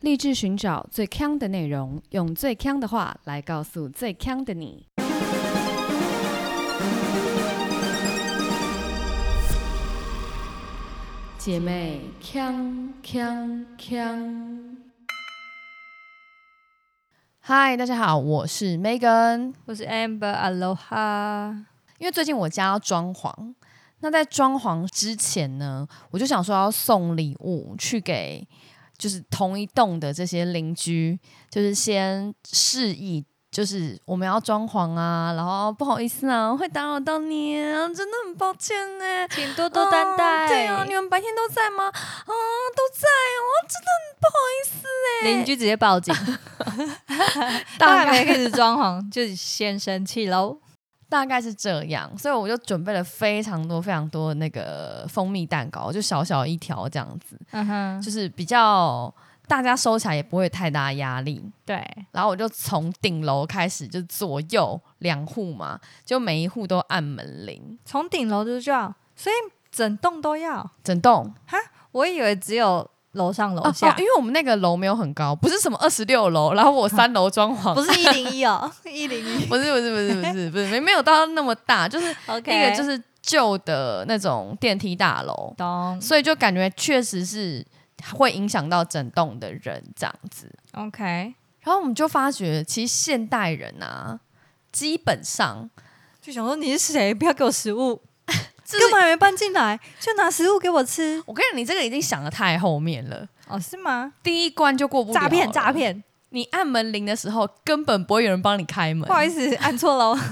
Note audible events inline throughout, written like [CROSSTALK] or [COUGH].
立志寻找最强的内容，用最强的话来告诉最强的你。姐妹，强强强！嗨，大家好，我是 Megan。我是 Amber Aloha。因为最近我家要装潢，那在装潢之前呢，我就想说要送礼物去给就是同一栋的这些邻居，就是先示意。就是我们要装潢啊，然后不好意思啊，会打扰到你啊，真的很抱歉呢、请多多担待、哦对啊，你们白天都在吗？啊，都在哦，真的很不好意思哎、邻居直接报警，都大还概没开 [LAUGHS] 始装潢就先生气喽。大概是这样，所以我就准备了非常多非常多的那个蜂蜜蛋糕，就小小一条这样子，嗯哼，就是比较大家收起来也不会有太大压力。对，然后我就从顶楼开始，就左右两户嘛，就每一户都按门铃，从顶楼就叫，所以整栋都要。整栋我以为只有楼上楼哦下，哦因为我们那个楼没有很高，不是什么二十六楼，然后我三楼装 [LAUGHS] 潢，不是一零一 [LAUGHS] 哦，一零一。不是不是不是不是不是没没有到那么大， [LAUGHS] 就是那 OK，个就是旧的那种电梯大楼，懂。所以就感觉确实是会影响到整栋的人这样子。 OK，然后我们就发觉，其实现代人啊，基本上就想说你是谁，不要给我食 [LAUGHS] 物，就是根本还没搬进来就拿食物给我吃。我跟你讲，你这个已经想的太后面了，哦，是吗？第一关就过不了了诈骗，诈！骗！你按门铃的时候，根本不会有人帮你开门，不好意，思，按错哦喽，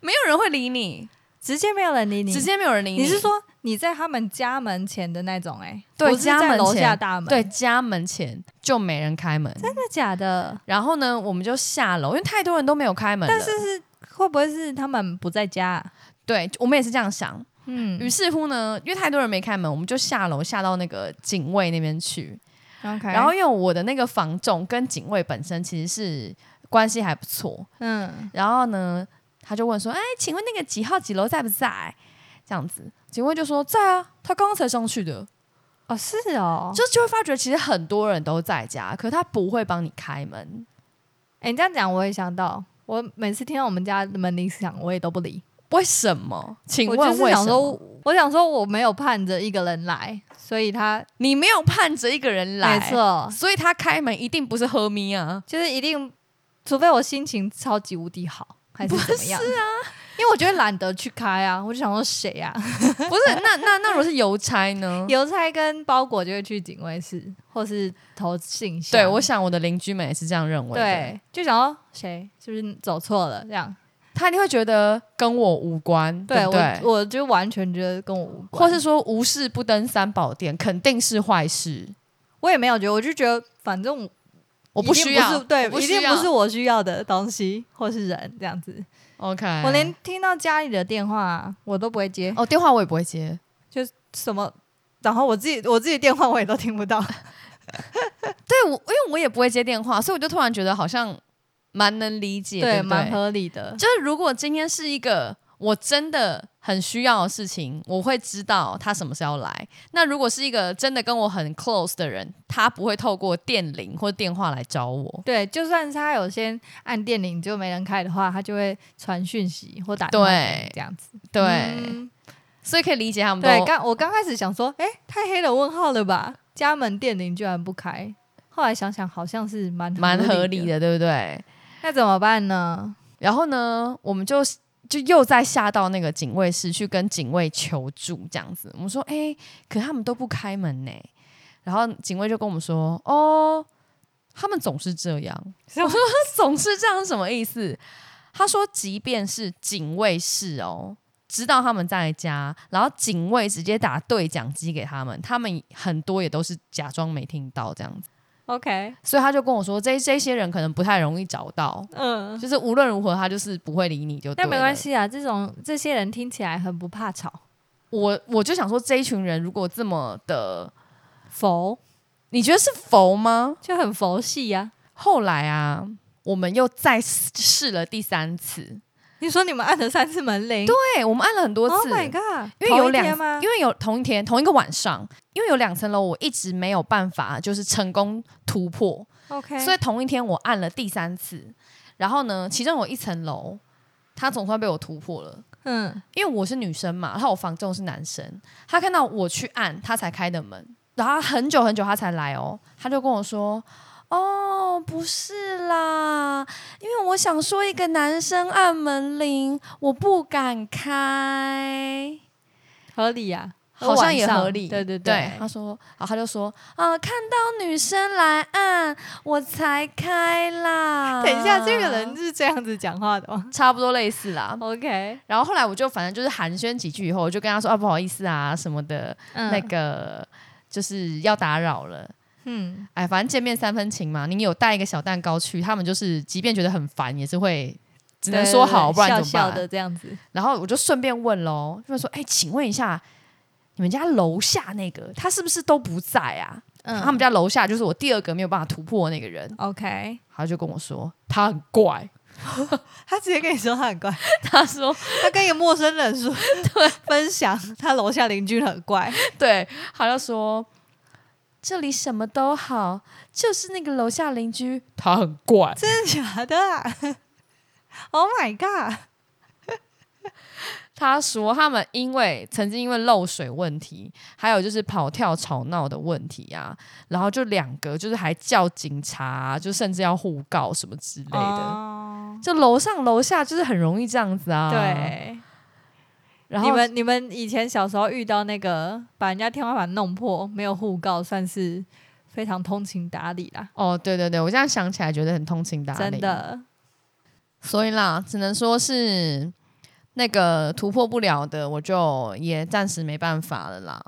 没有人会理你， [LAUGHS] 直接没有人理你，直接没有人理你是说你在他们家门前的那种、欸？哎，对不是在家楼门下前大门，对，家门前就没人开门？真的假的？然后呢，我们就下楼，因为太多人都没有开门了。但是是会不会是他们不在家、对我们也是这样想。嗯于是乎呢，因为太多人没开门，我们就下楼下到那个警卫那边去。 ，OK，然后因为我的那个房仲跟警卫本身其实是关系还不错，嗯，然后呢，他就问说：“哎，请问那个几号几楼在不在？”这样子，警卫就说：“在啊，他刚刚才上去的。哦是哦，就就会发觉其实很多人都在家，可他不会帮你开门。哎、你这样讲我也想到，我每次听到我们家的门铃响，我也都不理。为什么？请我问就是为想什说么？，我想说我没有盼着一个人来，所以他你没有盼着一个人来，没错，所以他开门一定不是喝咪 [LAUGHS] 啊。就是一定，除非我心情超级无敌好，还是怎么样？是啊，因为我觉得懒得去开啊，我就想说谁啊？？不是，那那那如果是邮差呢邮差跟包裹就会去警卫室，或是投信箱。对，我想我的邻居们也是这样认为。，对就想要谁是不是走错了这样？他一定会觉得跟我无关，对不对？我我就完全觉得跟我无关，或是说无事不登三宝殿，肯定是坏事。我也没有觉得，我就觉得反正我我一定不需要，是对，我不一需定要不是我需要的东西或是人这样子。 OK。我连听到家里的电话我都不会接，哦电话我也不会接，什么，然后我自己我自己电话我也都听不 [LAUGHS] 到。对我，因为我也不会接电话，所以我就突然觉得好像蛮能理解，对不对，蛮合理的。就是如果今天是一个我真的很需要的事情，我会知道他什么时候来。那如果是一个真的跟我很 close 的人，他不会透过电铃或电话来找我。对，就算是他有先按电铃就没人开的话，他就会传讯息或打电话给你对这样子。对，嗯所以可以理解他们对，都刚我刚开始想说，哎，太黑了，问号了吧？家门电铃居然不开，后来想想好像是蛮蛮合理理。的，对不对？那怎么办呢？然后呢，我们就就又再下到那个警卫室去跟警卫求助，这样子。我们说，哎、可他们都不开门呢、然后警卫就跟我们说，哦，他们总是这样。什我么说总是这样是什么意思？他说，即便是警卫室哦。知道他们在家，然后警卫直接打对讲机给他们，他们很多也都是假装没听到这样子， OK，所以他就跟我说，这这些人可能不太容易找到，嗯，就是无论如何，他就是不会理你就对那了没关。系啊，这种这些人听起来很不怕吵。我我就想说，这一群人如果这么的，佛你觉得是佛吗？就很佛系呀、后来啊，我们又再试了第三次，你说你们按了三次门铃，对我们按了很多 o 次 h Oh my god！因为有同一两天吗，因？为有同一天同一个晚上，因为有两层楼，我一直没有办法就是成功突破， OK，所以同一天我按了第三次，然后呢，其中有一层楼，他总算被我突破了。嗯，因为我是女生嘛，然后我房仲是男生，他看到我去按，他才开的门，然后他很久很久他才来哦，他就跟我说。哦，不是啦，因为我想说一个男生按门铃，我不敢开，合理呀、好像也合理，对对对他说，然后他就说，啊、看到女生来按，我才开啦。 [LAUGHS] 啊等一下，这个人是这样子讲话的哦吗差不多类似啦。 ？OK，然后后来我就反正就是寒暄几句以后，我就跟他说啊不好意思啊什么的，嗯那个就是要打扰了。嗯，哎，反正见面三分情嘛，你有带一个小蛋糕去，他们就是即便觉得很烦，也是会只能说好，对对对不然笑怎么办？笑的这样子。然后我就顺便问喽，就说哎，请问一下，你们家楼下那个他是不是都不在啊？嗯他们家楼下就是我第二个没有办法突破的那个人， OK，他就跟我说他很怪， [LAUGHS] 他直接跟你说他很怪，他说他跟一个陌生人 [LAUGHS] 说分享他楼下邻居很怪， [LAUGHS] 对，他就说这里什么都好，就是那个楼下邻居他很怪。真的假的、啊、？Oh my god！他说他们因为曾经因为漏水问题，还有就是跑跳吵闹的问题啊，然后就两个就是还叫警察啊、就甚至要互告什么之类的。哦就楼上楼下就是很容易这样子啊，，对，然你后们你们以前小时候遇到那个把人家天花板弄破，没有互告，算是非常通情达理啦，哦，对对对，我这样想起来觉得很通情达理，真的。所以啦，只能说是那个突破不了的，我就也暂时没办法了啦。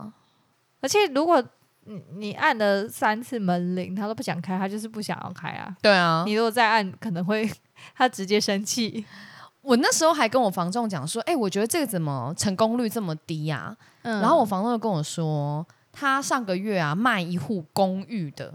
而且如果你你按了三次门铃，他都不想开，他就是不想要开啊。对啊你，如果再按，可能会他直接生气。我那时候还跟我房仲讲说，哎、我觉得这个怎么成功率这么低呀、嗯然后我房仲就跟我说，他上个月啊卖一户公寓的，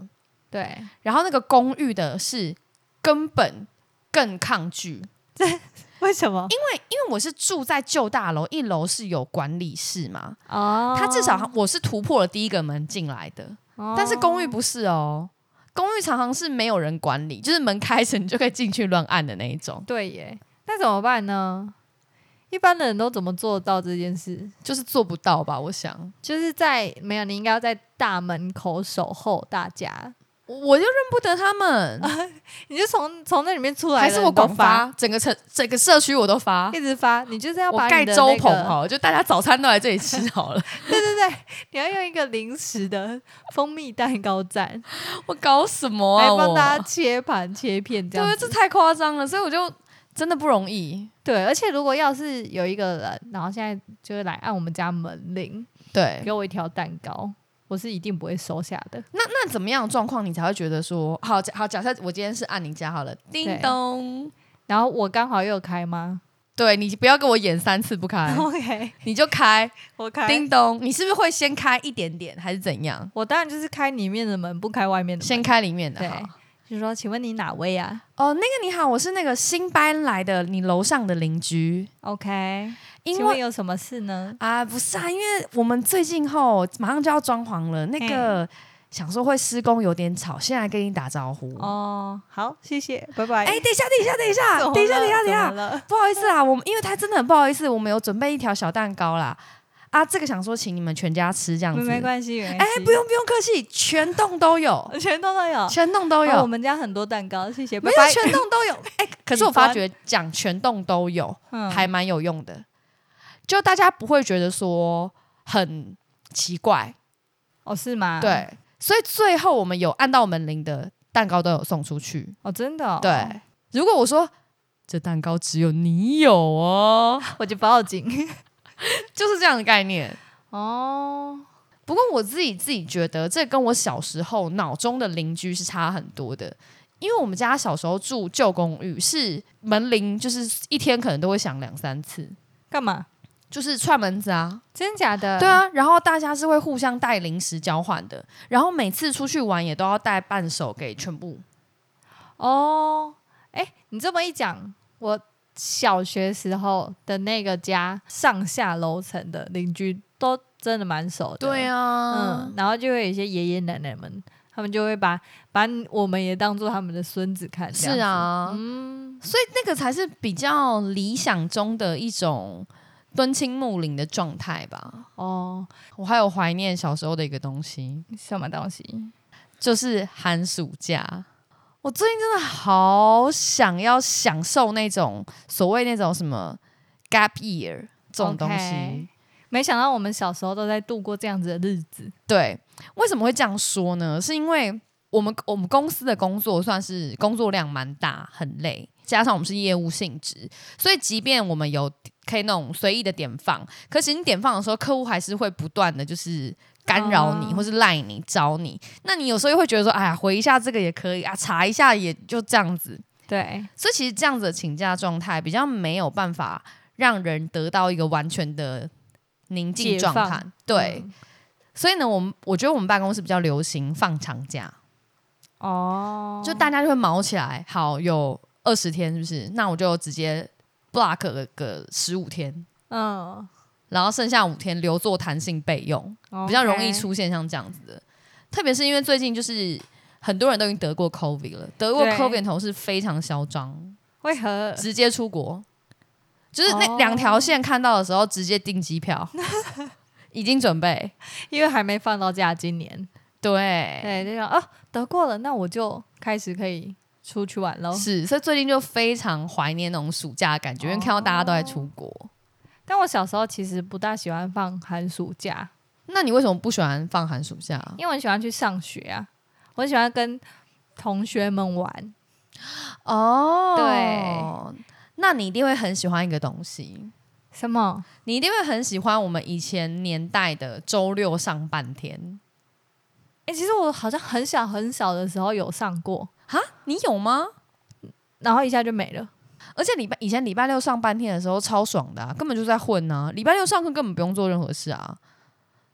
对，然后那个公寓的是根本更抗拒，哎为什么？因为我是住在旧大楼，一楼是有管理室嘛，哦他至少我是突破了第一个门进来的。但是公寓不是哦，公寓常常是没有人管理，就是门开着你就可以进去乱按的那一种，对耶，那怎么办呢？一般的人都怎么做到这件事？就是做不到吧？我想，就是在没有，你应该要在大门口守候大家。我我就认不得他 [LAUGHS] 们，你就从从那里面出来，还是我广发，发整个城整个社区我都发。一直发。你就是要我把盖你的粥那棚个好了，就大家早餐都来这里 [LAUGHS] 吃好了。对对对，你要用一个临时的蜂蜜蛋糕蘸 [LAUGHS] 我搞什么来啊？帮我大家切盘切片这样对，子。这太夸张了，所以我就真的不容易。对，而且如果要是有一个人，然后现在就是来按我们家门铃，对，给我一条蛋糕，我是一定不会收下的。那那怎么样的状况你才会觉得说好？假好，假设我今天是按你家好了，对叮咚，然后我刚好又有开吗对你不要跟我演三次不开， [LAUGHS] ？OK，你就开我开叮咚，你是不是会先开一点点，还是怎样？我当然就是开里面的门，不开外面的门。先开里面的对好。就说，请问你哪位啊哦，那个你好，我是那个新搬来的，你楼上的邻居。 ？OK，因请问为有什么事呢？啊，不是啊，因为我们最近吼马上就要装潢了，那个想说会施工有点吵，先来跟你打招呼。哦，哦，好，谢谢，拜拜。哎，等一下，等一下，等一 [LAUGHS] 下，等一下，等一下，等一怎么下，了？不好意思啊，我们因为他真的很不好意思，我们有准备一条小蛋糕啦。啊，这个想说请你们全家吃这样没子，没关系，没哎关，系不，用不用客气，全栋都有，全都都有。全栋都有。哦我们家很多蛋糕，谢谢，没有拜拜。全栋 [LAUGHS] 都有。哎、可是我底端发觉讲全栋都有，嗯还蛮有用的，就大家不会觉得说很奇怪，哦是吗？，对。所以最后我们有按到门铃的蛋糕都有送出去，哦真的哦，对。如果我说这蛋糕只有你有哦，我就报警。 [LAUGHS] 就是这样的概念。哦，不过我自己自己觉得，这跟我小时候脑中的邻居是差很多的。因为我们家小时候住旧公寓，是门铃就是一天可能都会响两三次，干嘛？就是串门子啊，真假的？对，啊，然后大家是会互相带零食交换的，然后每次出去玩也都要带伴手给全部。哦，哎，你这么一讲，我小学时候的那个家上下楼层的邻居都真的蛮熟的。对啊嗯，，然后就会有一些爷爷奶奶们，他们就会把把我们也当做他们的孙子看。这样是啊，子，嗯，所以那个才是比较理想中的一种敦亲睦邻的状态吧。哦，我还有怀念小时候的一个东西，什么东西？就是寒暑假。我最近真的好想要享受那种所谓那种什么 gap year 这种东西。 OK 没想到我们小时候都在度过这样子的日子。对，为什么会这样说呢？是因为我们我们公司的工作算是工作量蛮大，很累，加上我们是业务性质，所以即便我们有可以那种随意的点放，可是你点放的时候，客户还是会不断的就是。干扰你，哦或是赖你、找你，那你有时候又会觉得说，哎呀，回一下这个也可以啊，查一下也就这样子。对，所以其实这样子的请假状态比较没有办法让人得到一个完全的宁静解状放态。对，嗯所以呢，我们我觉得我们办公室比较流行放长假，哦，就大家就会毛起来。好，有二十天是不是？那我就直接 block 个个十五天，嗯，哦然后剩下五天留作弹性备用，比较容易 OK。出现像这样子的。特别是因为最近就是很多人都已经得过 COVID 了，得过对 COVID 的同事非常嚣张，为何？直接出国，就是那哦两条线看到的时候直接订机票，已经准备。因为还没放到假，今年对，对，就想哦，得过了，那我就开始可以出去玩喽。是，所以最近就非常怀念那种暑假的感觉，因为看到大家都在出国。但我小时候其实不大喜欢放寒暑假，那你为什么不喜欢放寒暑假？因为我很喜欢去上学啊，我很喜欢跟同学们玩。哦对，那你一定会很喜欢一个东西，什么？你一定会很喜欢我们以前年代的周六上半天哎、其实我好像很小很小的时候有上过，哈，你有吗？然后一下就没了。而且礼拜以前礼拜六上半天的时候超爽的、啊，根本就在混啊！礼拜六上课根本不用做任何事啊，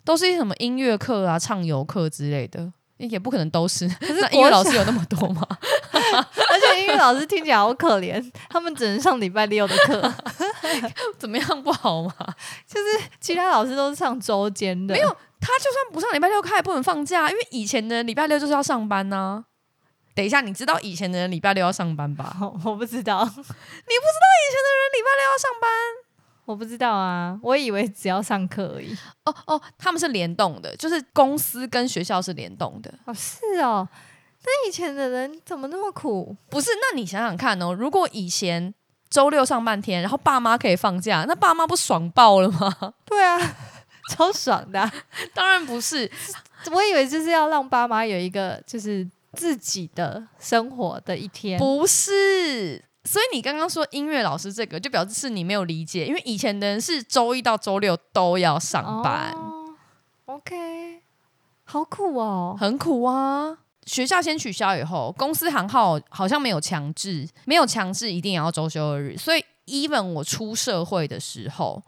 都是一些什么音乐课啊、唱游课之类的，也不可能都是。可是音乐国老师有那么多吗？而且音乐老师听起来好可怜，他们只能上礼拜六的课， [LAUGHS] 怎么样不好吗？其他老师都是上周间的。没有，他就算不上礼拜六，他也不能放假，因为以前的人礼拜六就是要上班呐、等一下，你知道以前的人礼拜六要上班吧？以哦我不知道，前的人礼拜六要上班我不知道啊，我以为只要上课而已。哦哦，他们是联动的，就是公司跟学校是联动的。哦，是哦，那以前的人怎么那么苦？不是，那你想想看哦，如果以前周六上半天，然后爸妈可以放假，那爸妈不爽爆了吗？对啊， [LAUGHS] 超爽的啊、 [LAUGHS] 当然不是，我以为就是要让爸妈有一个就是自己的生活的一天。不是。所以你刚刚说音乐老师这个，就表示是你没有理解，因为以前的人是周一到周六都要上班。哦、OK，好苦哦。很苦啊。学校先取消以后，公司行号好像没有强制，没有强制一定也要周休二日，所以 even 我出社会的时候，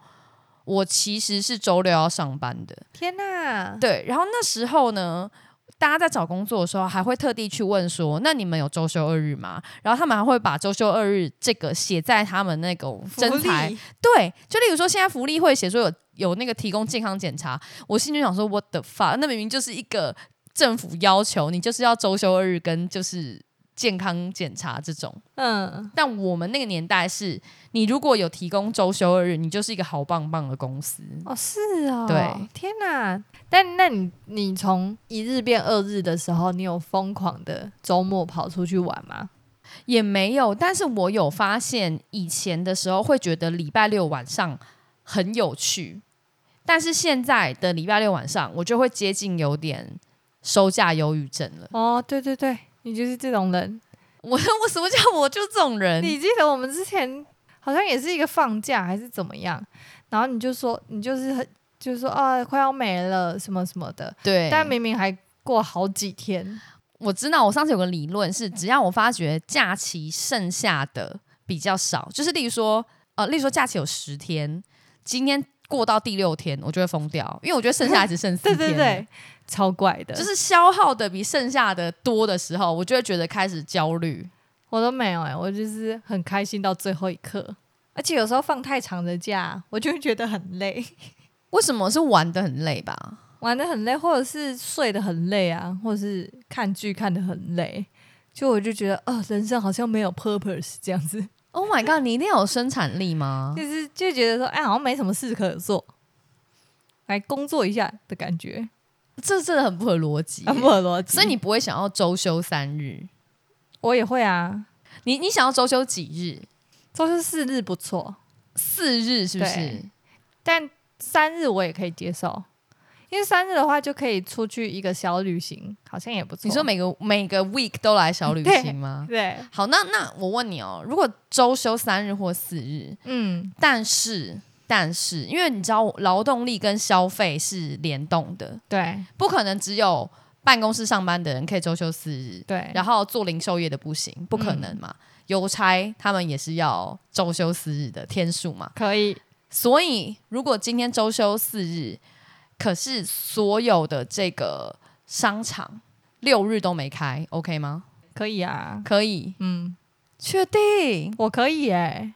我其实是周六要上班的。天哪！对，然后那时候呢，大家在找工作的时候还会特地去问说，那你们有周休二日吗？然后他们还会把周休二日这个写在他们那种福征才利对，就例如说，现在福利会写说有有那个提供健康检查，我心里就想说，what the fuck？那明明就是一个政府要求，你就是要周休二日跟就是健康检查这种。嗯，但我们那个年代是，你如果有提供周休二日，你就是一个好棒棒的公司。哦，是哦，对，天哪！但那你你从一日变二日的时候，你有疯狂的周末跑出去玩吗？也没有，但是我有发现，以前的时候会觉得礼拜六晚上很有趣，但是现在的礼拜六晚上，我就会接近有点收假忧郁症了。哦，对对对，你就是这种人。我我什么叫我就这种人？你记得我们之前好像也是一个放假还是怎么样，然后你就说你就是很就是说啊快要没了什么什么的，对，但明明还过好几天，我知道，我上次有个理论是，只要我发觉假期剩下的比较少，就是例如说，呃，例如说假期有十天，今天过到第六天，我就会疯掉，因为我觉得剩下只剩 [LAUGHS] 四对天，欸对对，，超怪的，就是消耗的比剩下的多的时候，我就会觉得开始焦虑。欸我都没有哎、我就是很开心到最后一刻，而且有时候放太长的假，我就会觉得很累，为什么是玩的很累吧？玩的很累，或者是睡得很累啊，或者是看剧看得很累，就我就觉得，哦，人生好像没有 purpose 这样子， Oh my god！你一定要有生产力吗？就是就觉得说，哎，好像没什么事可做，来工作一下的感觉，啊这真的很不合逻辑耶、欸很不合逻辑。所以你不会想要周休三日，我也会啊，你你想要周休几日？周休四日不错，四日是不是对？但三日我也可以接受，因为三日的话就可以出去一个小旅行，好像也不错。你说每个每个 week 都来小旅行吗？对，好，那那我问你哦，如果周休三日或四日，嗯，但是但是，因为你知道劳动力跟消费是联动的，对不可能只有办公室上班的人可以周休四日，对，嗯然后做零售业的不行，不可能嘛。邮差他们也是要周休四日的天数嘛，可以，所以如果今天周休四日，可是所有的这个商场六日都没开，OK 吗？可以啊，可以，嗯，确定我可以耶、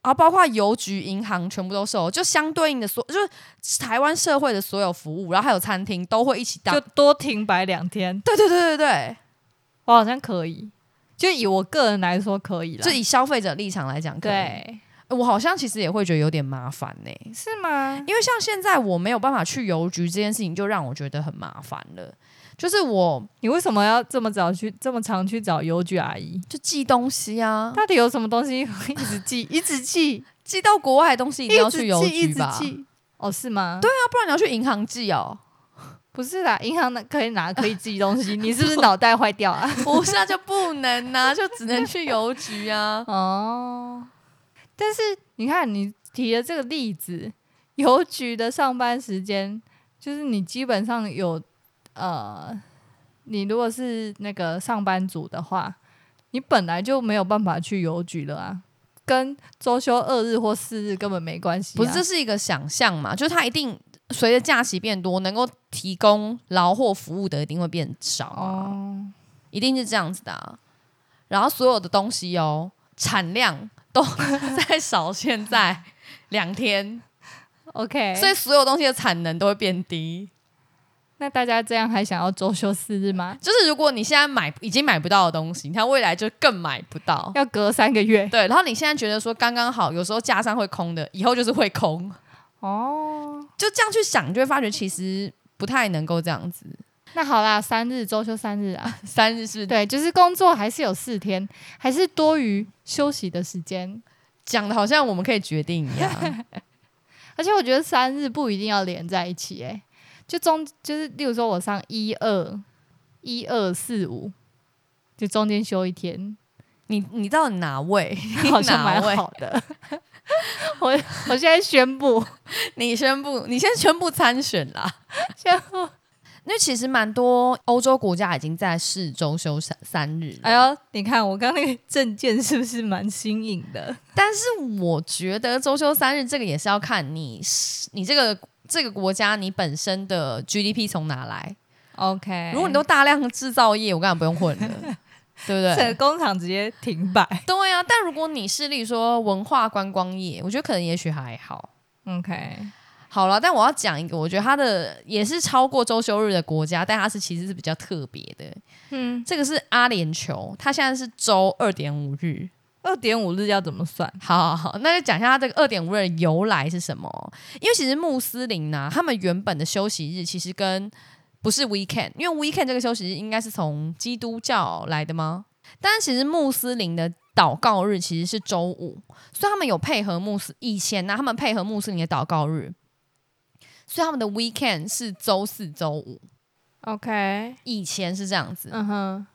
啊，包括邮局、银行全部都受，就相对应的所就是台湾社会的所有服务，然后还有餐厅都会一起当就。啊多停摆两天，对对对对对，我好像可以，就以我个人来说可以了就。以消费者立场来讲，可以。对，我好像其实也会觉得有点麻烦呢、是吗？因为像现在我没有办法去邮局这件事情，就让我觉得很麻烦了。就是我你为什么要这么早去，这么常去找邮局阿姨？就寄东西啊，到底有什么东西会一直寄，一直寄，寄到国外的东西一定要一去直邮寄，一局直吧？寄？哦，是吗？对啊，不然你要去银行寄 [LAUGHS] 哦。不是啦，银行的可以拿可以寄东西，你是不是脑袋坏掉啊？ [LAUGHS] 不是啊，就不能呐、啊，就只能去邮局啊。哦，但是你看，你提的这个例子，邮局的上班时间，就是你基本上有呃，你如果是那个上班族的话，你本来就没有办法去邮局了啊，跟周休二日或四日根本没关系、啊。不是，这是一个想象嘛？就是它一定随着假期变多，能够提供劳或服务的一定会变少啊，哦，一定是这样子的、啊。然后所有的东西哦，产量都在少，现在两天， OK，所以所有东西的产能都会变低。那大家这样还想要周休四日吗？就是如果你现在买已经买不到的东西，它未来就更买不到。要隔三个月对，然后你现在觉得说刚刚好，有时候加上会空的，以后就是会空，哦。就这样去想，就会发觉其实不太能够这样子。 [LAUGHS] 那好啦，三日周休三日 [LAUGHS] 啊。三日是不是对，就是工作还是有四天，还是多余休息的时间。讲的好像我们可以决定一 [LAUGHS] 样，而且我觉得三日不一定要连在一起、欸，就中就是，例如说我上一二一二四五，就中间休一 [LAUGHS] 天，你你到底哪位？好像哪位蛮好欸的。 [LAUGHS] 我我现在宣布，你宣布，你先宣布参选啦。宣布，因为其实蛮多欧洲国家已经在试周休三三日了， [LAUGHS] 哎呦，你看我刚那个证件是不是蛮新颖的？ [LAUGHS] 但是我觉得周休三日这个也是要看你是你这个这个国家你本身的 GDP 从哪来。哦 OK，如果你都大量制造业，我根本不用混了，对不整个对？工厂直接停摆对啊，但如果你是例如说文化观光业，我觉得可能也许还好。 ，OK，好了，但我要讲一个，我觉得它的也是超过周休日的国家，但它是其实是比较特别的。嗯，这个是阿联酋，它现在是周二点五日。二点五日要怎么算？好好好，那就讲一下它这个二点五日的由来是什么。因为其实穆斯林呢、他们原本的休息日其实跟不是 weekend，因为 weekend 这个休息日应该是从基督教来的吗？但是其实穆斯林的祷告日其实是周五，所以他们有配合穆斯以前啊呢、他们配合穆斯林的祷告日，所以他们的 weekend 是周四周五， OK，以前是这样子。嗯哼，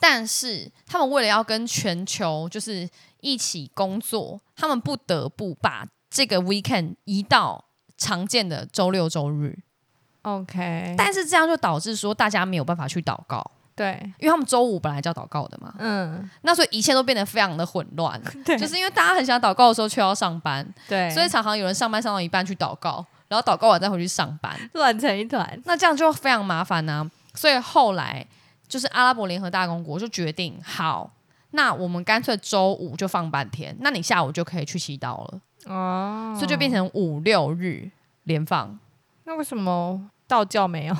但是他们为了要跟全球就是一起工作，他们不得不把这个 weekend 移到常见的周六周日。 OK，但是这样就导致说大家没有办法去祷告，对，因为他们周五本来就要祷告的嘛，嗯，那所以一切都变得非常的混乱。 [LAUGHS] 对就是因为大家很想祷告的时候却要上班，对，所以常常有人上班上到一半去祷告，然后祷告完再回去上班。乱成一团。那这样就啊非常麻烦呐、所以后来就是阿拉伯联合大公国就决定，好，那我们干脆周五就放半天，那你下午就可以去祈祷了，哦，所以就变成五六日连放。那为什么道教没有？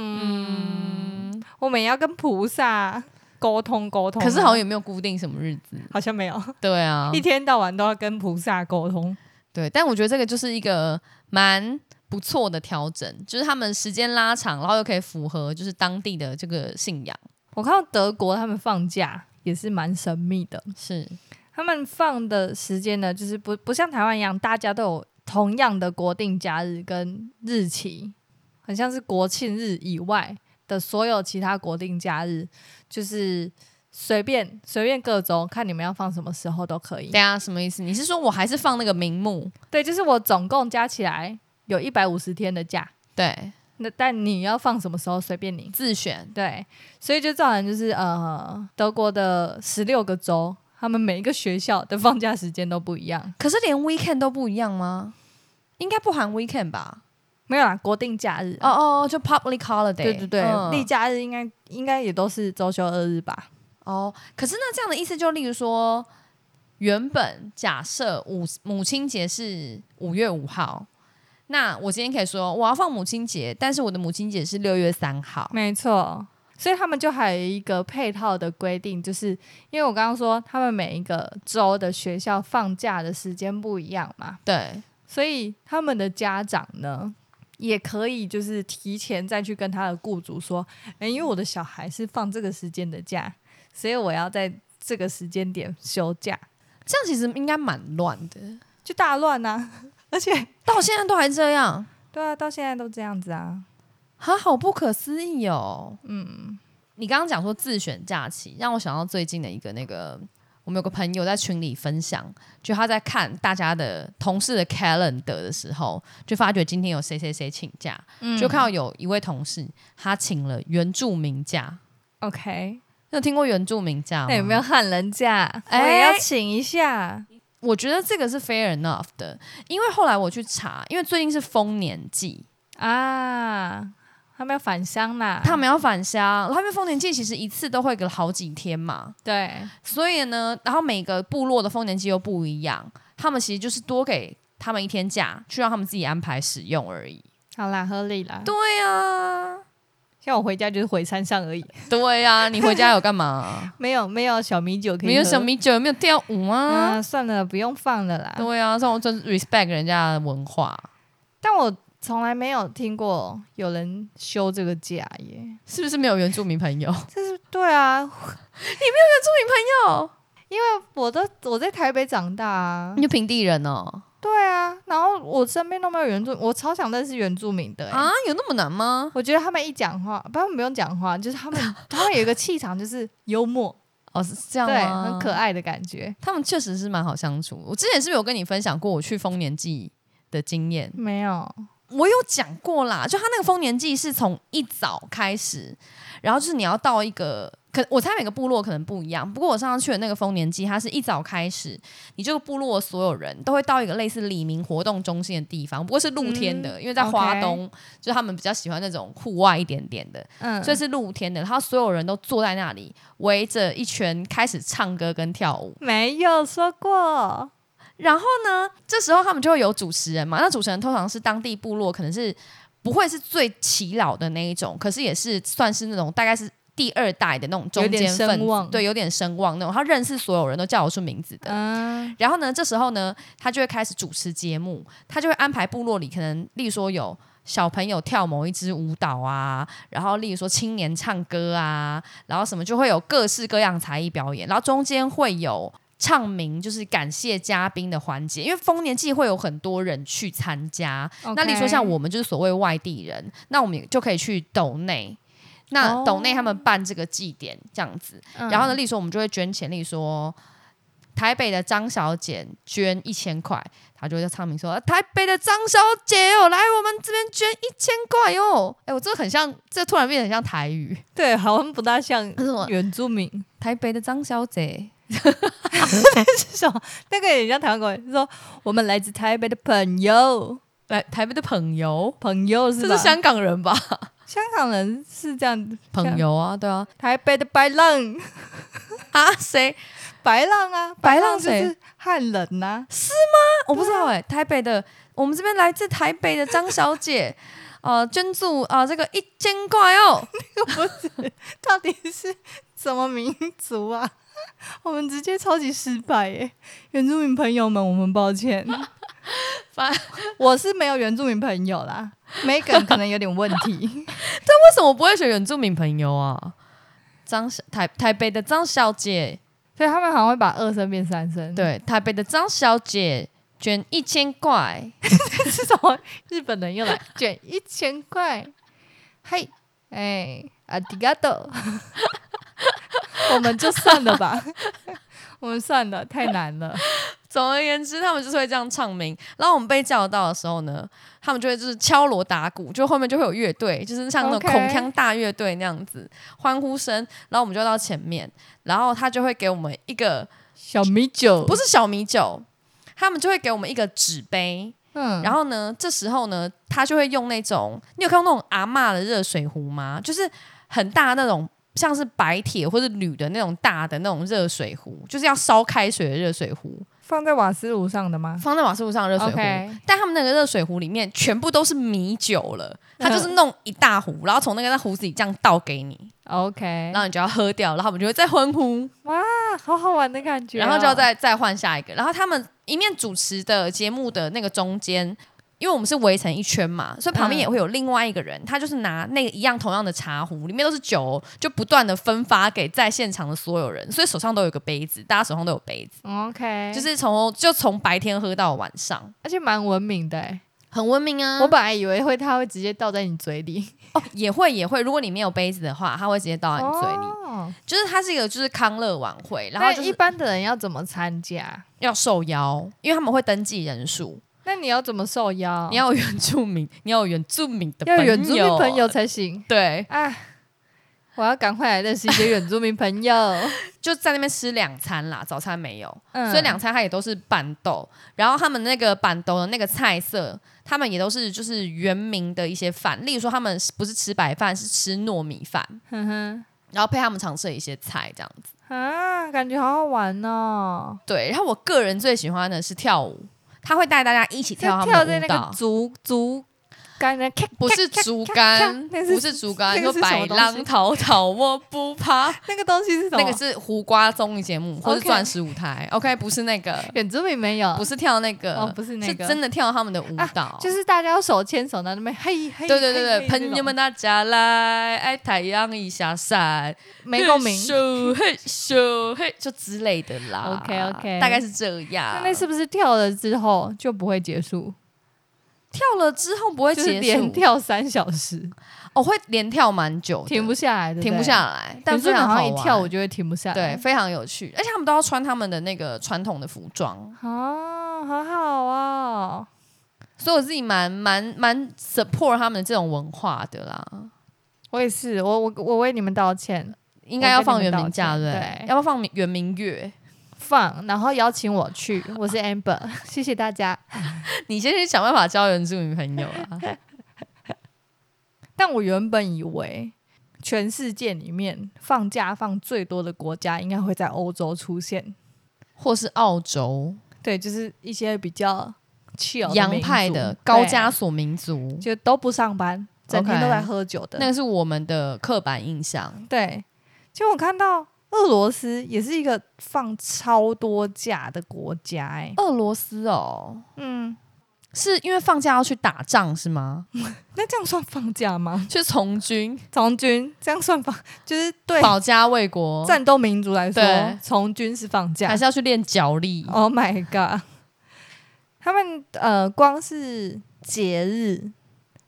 嗯，我们也要跟菩萨沟通沟通啊，可是好像也没有固定什么日子， [LAUGHS] 好像没有，对啊一，天到晚都要跟菩萨沟通。对。但我觉得这个就是一个蛮不错的调整，就是他们时间拉长，然后又可以符合就是当地的这个信仰，我看到德国他们放假也是蛮神秘的，是他们放的时间呢，就是不不像台湾一样，大家都有同样的国定假日跟日期，很像是国庆日以外的所有其他国定假日，就是随便随便各州，看你们要放什么时候都可以对。啊，什么意思？你是说我还是放那个名目？对，就是我总共加起来有一百五十天的假，对，那但你要放什么时候随便你。自选对，所以就造成就是呃，德国的十六个州，他们每一个学校的放假时间都不一样。可是连 weekend 都不一样吗？应该不含 weekend 吧？没有啦，国定假日啊、哦哦，就 public holiday。对对对，嗯例假日应该应该也都是周休二日吧？哦，可是那这样的意思，就例如说，原本假设母母亲节是五月五号，那我今天可以说我要放母亲节，但是我的母亲节是六月三号。没错，所以他们就还有一个配套的规定，就是因为我刚刚说他们每一个州的学校放假的时间不一样嘛，对，所以他们的家长呢，也可以就是提前再去跟他的雇主说，诶、因为我的小孩是放这个时间的假，所以我要在这个时间点休假，这样其实应该蛮乱的，就大乱呐、 [LAUGHS] 而且，到现在都还这样，对啊，到现在都这样子啊，啊，好不可思议哦！嗯，你刚刚讲说自选假期，让我想到最近的一个那个，我们有个朋友在群里分享，就他在看大家的同事的 calendar 的时候，就发觉今天有谁谁谁请假，嗯就看到有一位同事他请了原住民假， OK，你有听过原住民假吗？那有没有？喊人假？哎我也要请一下。我觉得这个是 fair enough 的，因为后来我去查，因为最近是丰年祭，啊，他们要返乡啦。他们要返乡，他们丰年祭其实一次都会给好几天嘛，对，所以呢，然后每个部落的丰年祭又不一样，他们其实就是多给他们一天假，去让他们自己安排使用而已。好啦，合理啦。对啊，像我回家就是回山上而已，？对啊，你回家有干嘛 [LAUGHS] 没有没有小米酒可以喝。没有小米酒，没有跳舞啊？啊，算了，不用放了啦。对啊，让我尊 respect 人家的文化，但我从来没有听过有人休这个假耶。是不是没有原住民朋友？这是对啊，有，我都我在台北长大啊 [LAUGHS] 你。就平地人哦？对啊，然后我身边都没有原住，我超想认识原住民的、欸。啊，有那么难吗？我觉得他们一讲话，不，他们不用讲话，就是他们 [LAUGHS] 他们有一个气场，就是幽默，哦，是这样对，吗？很可。爱的感觉。他们确实是蛮好相处。我之前是不是有跟你分享过我去丰年祭的经验？没有，我有讲过啦，就他那个丰年祭是从一早开始，然后就是你要到一个，可我猜每个部落可能不一样，不过我上次去的那个丰年祭，它是一早开始，你这个部落所有人都会到一个类似李明活动中心的地方，不过是露天的，嗯因为在花东就是他们比较喜欢那种户外一点点的，嗯，所以是露天的，然后所有人都坐在那里围着一圈开始唱歌跟跳舞，没有说过。然后呢，这时候他们就会有主持人嘛。那主持人通常是当地部落，可能是不会是最耆老的那一种，可是也是算是那种大概是第二代的那种中间有点分声子望，对，有点声望那种。他认识所有人都叫得出名字的。嗯，然后呢，这时候呢，他就会开始主持节目，他就会安排部落里可能，例如说有小朋友跳某一支舞蹈啊，然后例如说青年唱歌啊，然后什么就会有各式各样才艺表演，然后中间会有。唱名就是感谢嘉宾的环节，因为丰年祭会有很多人去参加。那例如说像我们就是所谓外地人，那我们就可以去斗内。那哦斗内他们办这个祭典这样子，嗯，然后呢，例如说我们就会捐钱，例如说台北的张小姐捐一千块，她就会在唱名说台北的张小姐哦，来我们这边捐一千块哦。哎，我这个很像，这突然变得很像台语，对，好像不大像是我原住民， [LAUGHS] 台北的张小姐。是什么？那个也像台湾国语，是说我们来自台北的朋友，来，台北的朋友，朋友是这吧？是香港人吧？香港人是这样，朋友啊，对啊，台北的白浪，啊？谁？白浪啊，白浪浪就谁是汉人啊呐、 [LAUGHS] 我不知道哎、台北的，我们这边来自台北的张小姐， [LAUGHS] 呃，捐助啊、呃这个一千块哦， [LAUGHS] 到底是什么民族啊？ [LAUGHS] 我们直接超级失败耶！原住民朋友们，我们抱 [LAUGHS] 歉反。 [LAUGHS] 我是没有原住民朋友啦，Megan 可能有点问题。 [LAUGHS] 为什么不会选原住民朋友啊？张小台台北的张小姐， [LAUGHS] 所以他们好像会把二声变三声。，对，台北的张小姐捐一千块，是 [LAUGHS] 什么？日本人又来卷一千块，嘿，哎，阿迪嘎多， [LAUGHS] 我们就算了吧， [LAUGHS] 我们算了，太难了。总而言之，他们就是会这样唱名。然后我们被叫到的时候呢，他们就会就是敲锣打鼓，就后面就会有乐队，就是像那种 OK 孔腔大乐队那样子欢呼声。然后我们就到前面，然后他就会给我们一个小米酒不是小米酒，他们就会给我们一个纸杯。嗯，然后呢，这时候呢，他就会用那种你有看过那种阿嬷的热水壶吗？就是很大那种。像是白铁或者铝的那种大的那种热水壶，就是要烧开水的热水壶，放在瓦斯炉上的吗？放在瓦斯炉上的热水壶 OK 但他们那个热水壶里面全部都是米酒了，他就是弄一大壶，然后从那个壶子里这样倒给你， OK，然后你就要喝掉，然后我们就会再欢呼，啊，好好玩的感觉哦、然后就要再再换下一个。然后他们一面主持的节目的那个中间，因为我们是围成一圈嘛，所以旁边嗯也会有另外一个人，他就是拿那个一样同样的茶壶，里面都是酒哦，就不断的分发给在现场的所有人，所以手上都有一个杯子，大家手上都有杯子，嗯 OK，就是从就从白天喝到晚上，而且蛮文明的、欸。很文明啊。我本来以为会他会直接倒在你嘴里，哦，也会也会，如果你没有杯子的话，它会直接 [LAUGHS] 倒到你嘴里。哦、就是它是一个就是康乐晚会，然后那就一是般的人要怎么参加？要受邀，因为他们会登记人数，那你要怎么受邀？你要有原住民，你要有原住民的哦要有友原住民朋友才行。对，啊，我要赶快来认识一些原住民 [LAUGHS] 朋友。就在那边吃两餐啦，早餐没有，嗯所以两餐它也都是板豆，然后他们那个板豆的那个菜色，他们也都是就是原民的一些饭，例如说他们不是吃白饭，是吃糯米饭，哼哼然后配他们常吃的一些菜这样子。啊，感觉好好玩哦！对，然后我个人最喜欢的是跳舞，他会带大家一起跳他们就的跳舞蹈，在那个竹竹竿的，咔不是咔咔竹咔竿， [LAUGHS] 那是不是竹竿，那说个是什百么东西浪滔滔我不怕，那个东西 [LAUGHS] 是什么？那个是胡瓜综艺节目或是 OK 钻石舞台，OK，不是那个，原住民没有，不是跳那个，哦，不是那是个，啊真的跳他们的舞蹈，就是大家要手牵手，然后那边嘿嘿，对对对嘿对，朋友们，大家来，爱太阳一下晒，这种没共鸣嘿。咻嘿咻嘿，就之类的啦。 OK，OK 大概是这那样。那是不是跳了之后就不会结束？跳了之后不会就是结束连，跳三小时，哦，会连跳蛮久的，停不下来，对停不不对。下来，但原住非民常好好像玩。一跳舞就会停不下来，对，，非常有趣，而且他们都要穿他们的那个传统的服装，哦，好好哦。所以我自己蛮蛮蛮 support 他们这种文化的啦。我也是，我我我为你们道歉，应该要我跟放你原们名假道对歉不对要不要放原明月？放，然后邀请我去，我是 Amber，谢 [LAUGHS] 谢大家。 [LAUGHS] 你先去想办法交原住民朋友啊。但我原本以为全世界里面放假放最多的国家应该会在欧洲出现， [LAUGHS] 或是澳洲对，就是一些比较 chill 的洋民派族的高加对索民族，就都不上班，整天 OK 都在喝酒的。那个是我们的刻板印象。对，就我看到俄罗斯也是一个放超多假的国家、欸，俄罗斯哦，嗯，是因为放假要去打仗是吗？那这样算放假 [LAUGHS] 吗？去从军，从军这样算放，就是对保家卫国，战斗民族来对说，从军是放假还。是要去练脚力？ Oh my god！他们呃，光是节日，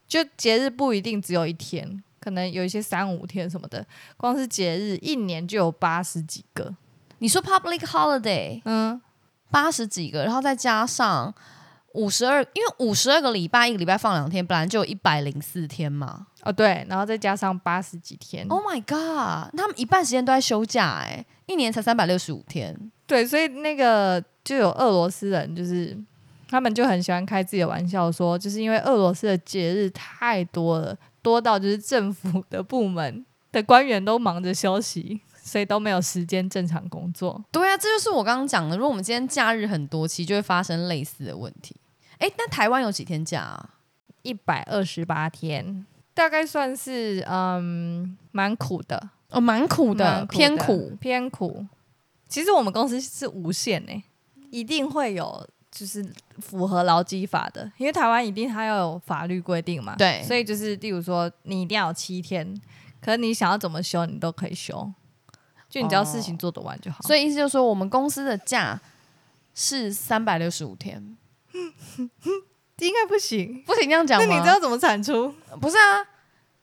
就节日不一定只有一天，可能有一些三五天什么的。光是节日，一年就有八十几个。你说 public holiday 嗯，八十几个，然后再加上五十二，因为五十二个礼拜，一个礼拜放两天，本来就有一百零四天嘛。哦对，然后再加上八十几天。 Oh my god！他们一半时间都在休假、哎，一年才三百六十五天。对，所以那个就有俄罗斯人，就是他们就很喜欢开自己的玩笑说，就是因为俄罗斯的节日太多了，多到就是政府的部门的官员都忙着休息，所以都没有时间正常工作。对啊，这就是我刚刚讲的。如果我们今天假日很多，其实就会发生类似的问题。哎，那台湾有几天假啊？一百二十八天，大概算是嗯蛮苦的，哦，蛮苦的，蛮偏苦。偏苦。其实我们公司是无限诶、一定会有就是符合劳基法的，因为台湾一定它要有法律规定嘛。对所以就是例如说你一定要有七天，可是你想要怎么休你都可以休，就你只要事情做得完就好。哦所以意思就是说，我们公司的假是三百六十五天，以应该不行。不行这样讲那吗？你知道怎么产出？不是啊？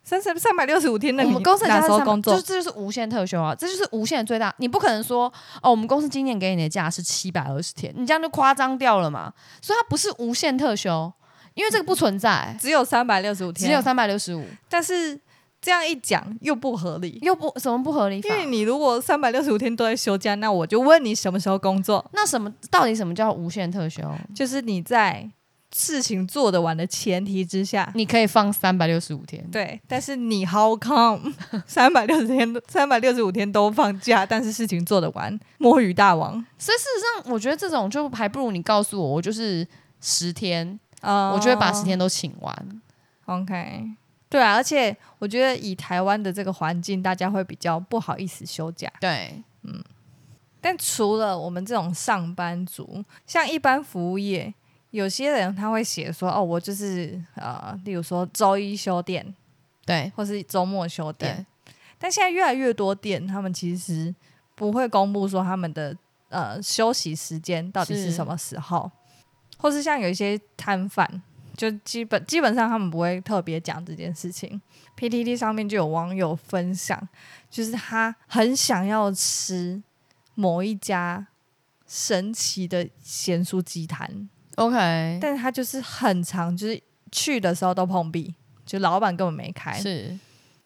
三三三百六十五天，那哦我你们公司的假哪是时候300工作就是？这就是无限特休啊，这就是无限的最大。你不可能说哦，我们公司今年给你的假是七百二十天，你这样就夸张掉了嘛。所以它不是无限特休，因为这个不存在，只有三百六十五天，只有三百六十五，但是这样一讲又不合理，又不什么不合理因法？为你如果三百六十五天都在休假，那我就问你什么时候工作？那什么到底什么叫无限特休？就是你在事情做得完的前提之下。你可以放三百六十五天，对，但是你 how come [LAUGHS] 三百六十天、三百六十五天都放假，但是事情做得完，摸鱼大王。所以事实上，我觉得这种就还不如你告诉我，我就是十天，呃我就会把十天都请完。 OK，对啊，而且我觉得以台湾的这个环境，大家会比较不好意思休假。对，但除了我们这种上班族，像一般服务业，有些人他会写说，哦，我就是呃，例如说周一休店，对，或是周末休店对。，但现在越来越多店，他们其实不会公布说他们的呃休息时间到底是是什么时候，或是像有一些摊贩，就基本基本上他们不会特别讲这件事情。PTT 上面就有网友分享，就是他很想要吃某一家神奇的咸酥鸡摊， OK，但是他就是很长，就是去的时候都碰壁，就老板根本没开。是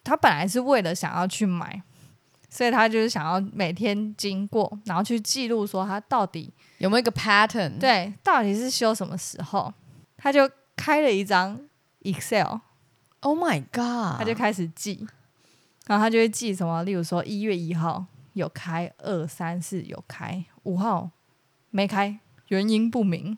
他本来是为了想要去买，所以他就是想要每天经过，然后去记录说他到底有没有一个 pattern？对到底是休什么时候，他就开了一张 Excel， ，Oh my god，他就开始记，然后他就会记什么，例如说一月一号有开，二三四有开，五号没开，原因不明，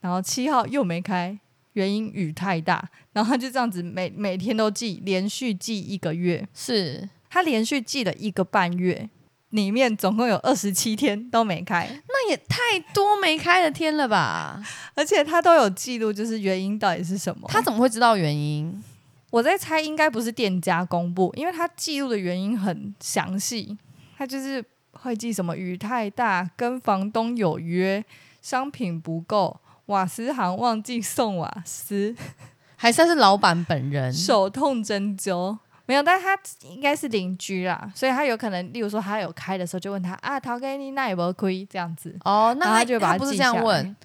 然后七号又没开。原因雨太大，然后他就这样子每每天都记，连续记一个月。是他连续寄了一个半月，里面总共有二十七天都没开，那也太多没开的天了吧？而且他都有记录，就是原因到底是什么。他怎么会知道原因？我在猜，应该不是店家公布，因为他记录的原因很详细，他就是会记什么雨太大、跟房东有约、商品不够、瓦斯行忘记送瓦斯、还是他是老板本人？手痛针灸。没有，但他应该是邻居啦，所以他有可能，例如说他有开的时候，就问他啊，陶给你那有没有亏这样子，哦，那然他后他就会把它不是记这样下来问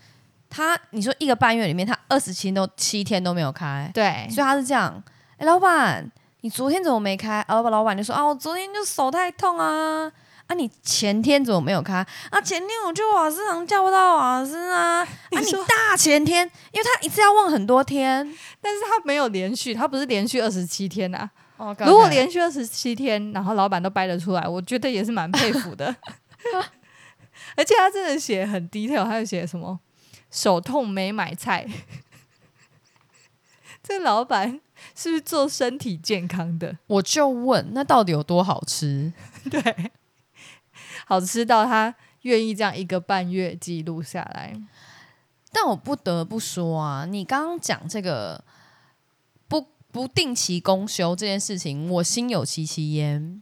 他？你说一个半月里面，他二十七都七天都没有开，对所以他是这样。哎，老板，你昨天怎么没开？啊老板，老板就说啊，我昨天就手太痛啊。啊，你前天怎么没有开？啊，前天我去瓦斯行叫不到瓦斯啊。啊， [LAUGHS] 你你说大前天，因为他一次要忘很多天。但是他没有连续，他不是连续二十七天啊。哦，如果连续二十七天，然后老板都掰得出来，我觉得也是蛮佩服 [LAUGHS] 的。而且他真的写很 detail，他就写什么手痛没买菜， [LAUGHS] 这老板是不是做身体健康的？我就问，那到底有多好吃？对，好吃到他愿意这样一个半月记录下来。但我不得不说啊，你刚刚讲这个不不定期公休这件事情，我心有戚戚焉。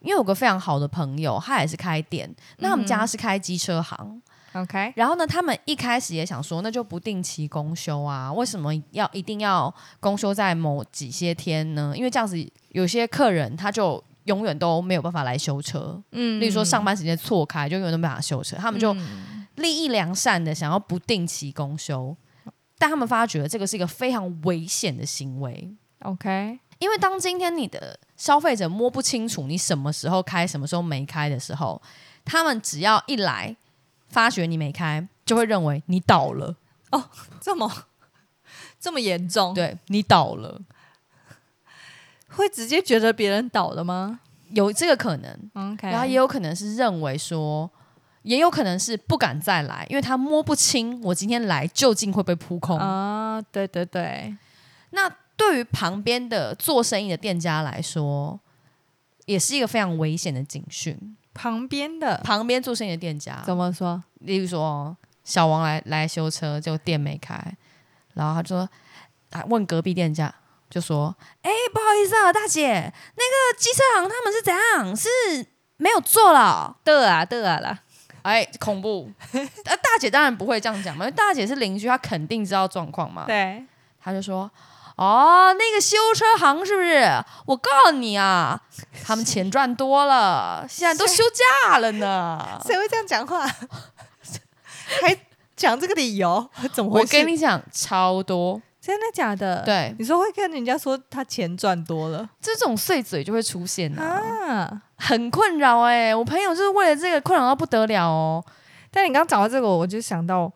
因为我有个非常好的朋友，他也是开店，那他们家是开机车行， OK，然后呢，他们一开始也想说，那就不定期公休啊，为什么要一定要公休在某几些天呢？因为这样子有些客人他就永远都没有办法来修车，嗯例如说上班时间错开，就永远都没办法修车，他他们就利益良善的想要不定期公休，但他们发觉这个是一个非常危险的行为， OK，因为当今天你的消费者摸不清楚你什么时候开、什么时候没开的时候，他们只要一来发觉你没开，就会认为你倒了，这么这么严重，对你倒了。会直接觉得别人倒了吗？有这个可能， OK，然后也有可能是认为说，也有可能是不敢再来，因为他摸不清我今天来究竟会不会扑空。啊、对对对，那对于旁边的做生意的店家来说，也是一个非常危险的警讯。旁边的旁边做生意的店家，怎么说？例如说哦小王来来修车，就店没开，然后他就说，啊问隔壁店家，就说，哎、不好意思啊，大姐，那个机车行他们是怎样？是没有做了哦？的啊的啊啦，哎，恐怖！ [LAUGHS] 啊，大姐当然不会这样讲嘛，因为大姐是邻居，她肯定知道状况嘛。对，她就说。哦，那个修车行是不是？我告诉你啊，他们钱赚多了，现在都休假了 [LAUGHS] 呢。谁会这样讲话？还讲这个理由？怎么我回事？跟你讲，超多。真的假的？，对，你说会跟人家说他钱赚多了，这种碎嘴就会出现啊，啊，很困扰哎、我朋友就是为了这个困扰到不得了哦。但你刚讲到这个，我就想到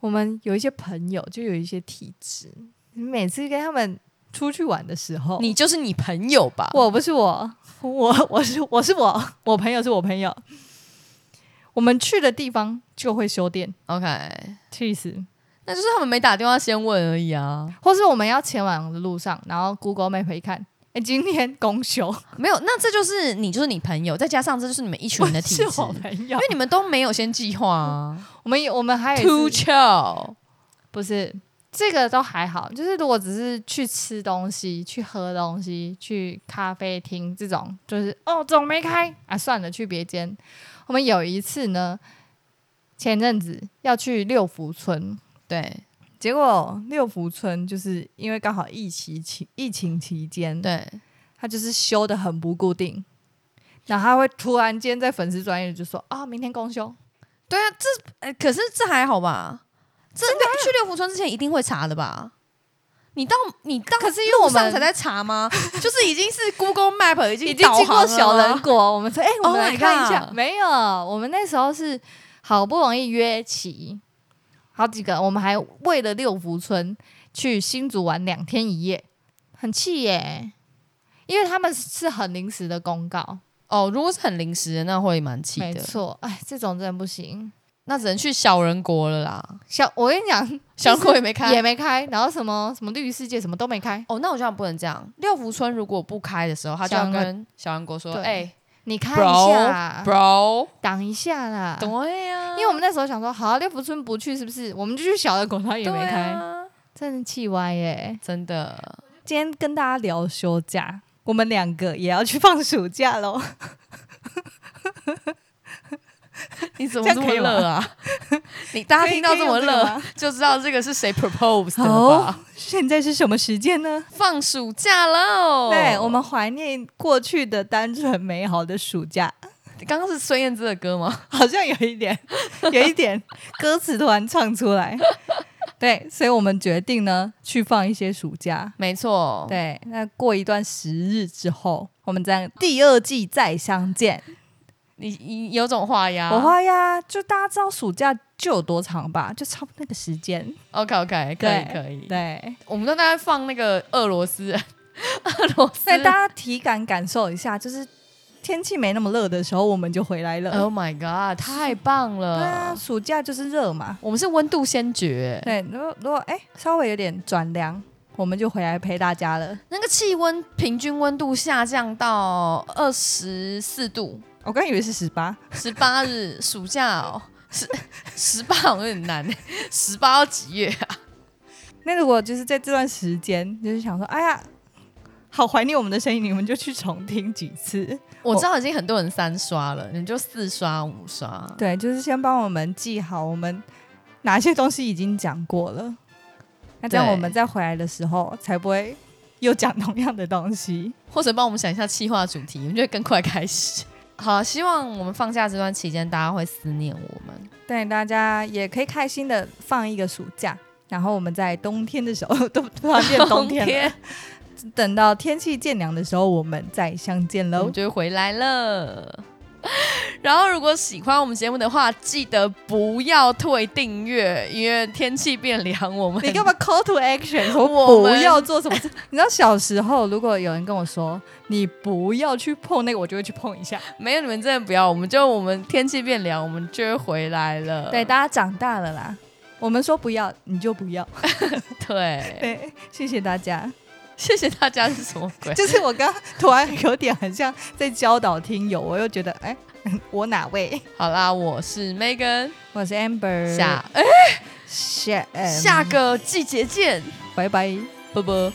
我们有一些朋友，就有一些体质，你每次跟他们出去玩的时候，你就是你朋友吧？我不是我，我我是我是我，我朋友是我朋友，我们去的地方就会修电， OK，气死！那就是他们没打电话先问而已啊。或是我们要前往的路上，然后 Google Map 一看，哎，今天公休，没有，那这就是你就是你朋友，再加上这就是你们一群人的体质，哎是我因朋友为。你们都没有先计划啊。我们有 [LAUGHS] 我们还有一 Too 次 chill，不是这个都还好，就是如果只是去吃东西、去喝东西、去咖啡厅这种，就是哦总没开啊，算了，去别间。我们有一次呢，前阵子要去六福村，对结果六福村就是因为刚好疫情期疫情期间，对，它就是修的很不固定，然后它会突然间在粉丝专业就说啊、明天公休，哎，可是这还好吧？这啊去六福村之前一定会查的吧？你到你到可是因为路我们上才在查吗？就是已经是 Google Map 已经已经导航经过了小吗人国，我们说，哎、我 Oh 们 my 来看一下 God 没有，我们那时候是好不容易约齐好几个，我们还为了六福村去新竹玩两天一夜，很气耶，因为他们是很临时的公告，哦，如果是很临时的，那会蛮气没的。错，哎，这种真的不行。那只能去小人国了啦，小，我跟你 [LAUGHS] 讲，小人国也没开。也没开，然后什么什么绿世界什么都没开，哦，那我就想不能这样。六福村如果不开的时候，他就要小人国跟小人国说：“对哎、你开 b 一 r 下 o 啦， bro，挡一下啊啦。啊对呀、因为我们那时候想说，好、啊，六福村不去是不是？我们就去小的广场也对没开。啊真的气歪耶、真的，今天跟大家聊休假，我们两个也要去放暑假喽。你怎么么这么这么乐乐啊？ [LAUGHS] 你大家听到这么可以可以用乐，个吗？就知道这个是谁 propose 的吧好？ [LAUGHS] 现在是什么时间呢？放暑假哦喽！对，我们怀念过去的单纯美好的暑假，刚刚是孙燕姿的歌吗？ [LAUGHS] 好像有一点，有一点歌词突然唱出来。对，所以我们决定呢，去放一些暑假。没错，对，那过一段时日之后，我们在第二季再相见。你你有种话呀！我会呀，就大家知道暑假就有多长吧，就差不多那个时间。 OK OK，可以对可以。对，我们都在放那个俄罗斯 [LAUGHS] 人，俄罗斯所以大家体感感受一下，就是天气没那么热的时候，我们就回来了。 Oh my god！太棒对啊，了，暑假就是热嘛。我们是温度先觉，对，如果如果哎、稍微有点转凉，我们就回来陪大家了。那个气温平均温度下降到二十四度，我刚以为是十八，十八日暑假哦，十十八好像有点难，十八到几月啊？那如果就是在这段时间，就是想说，哎呀，好怀念我们的声音，你们就去重听几次。我知道已经很多人三刷了，你就四刷五刷，对，就是先帮我们记好我们哪些东西已经讲过了，那这样对我们再回来的时候才不会又讲同样的东西。或者帮我们想一下气化主题，我们就会更快开始。好，啊希望我们放假这段期间，大家会思念我们。对，大家也可以开心的放一个暑假，然后我们在冬天的时候 [LAUGHS] 都突然变 [LAUGHS] 冬 [LAUGHS] 天了，等到天气渐凉的时候，我们再相见我喽们。就会回来了。然后，如果喜欢我们节目的话，记得不要退订阅，因为天气变凉，我们 [LAUGHS] 你干嘛 call to [LAUGHS] action？我我不们要做什么事？ [LAUGHS] 你知道小时候，如果有人跟我说你不要去碰那个，我就会去碰一 [LAUGHS] 下。没有你们真的不要，我们就我们天气变凉，我们就会回来了。对，大家长大了啦。我们说不要，你就不要。对，对， [LAUGHS] 谢谢大家。谢谢大家是什么鬼？ [LAUGHS] 就是我刚突然有点很像在教导听友，我又觉得，哎， [LAUGHS] 我哪位？好啦，我是 Megan，我是 Amber。下、呃下下个季节见，拜拜。啵啵。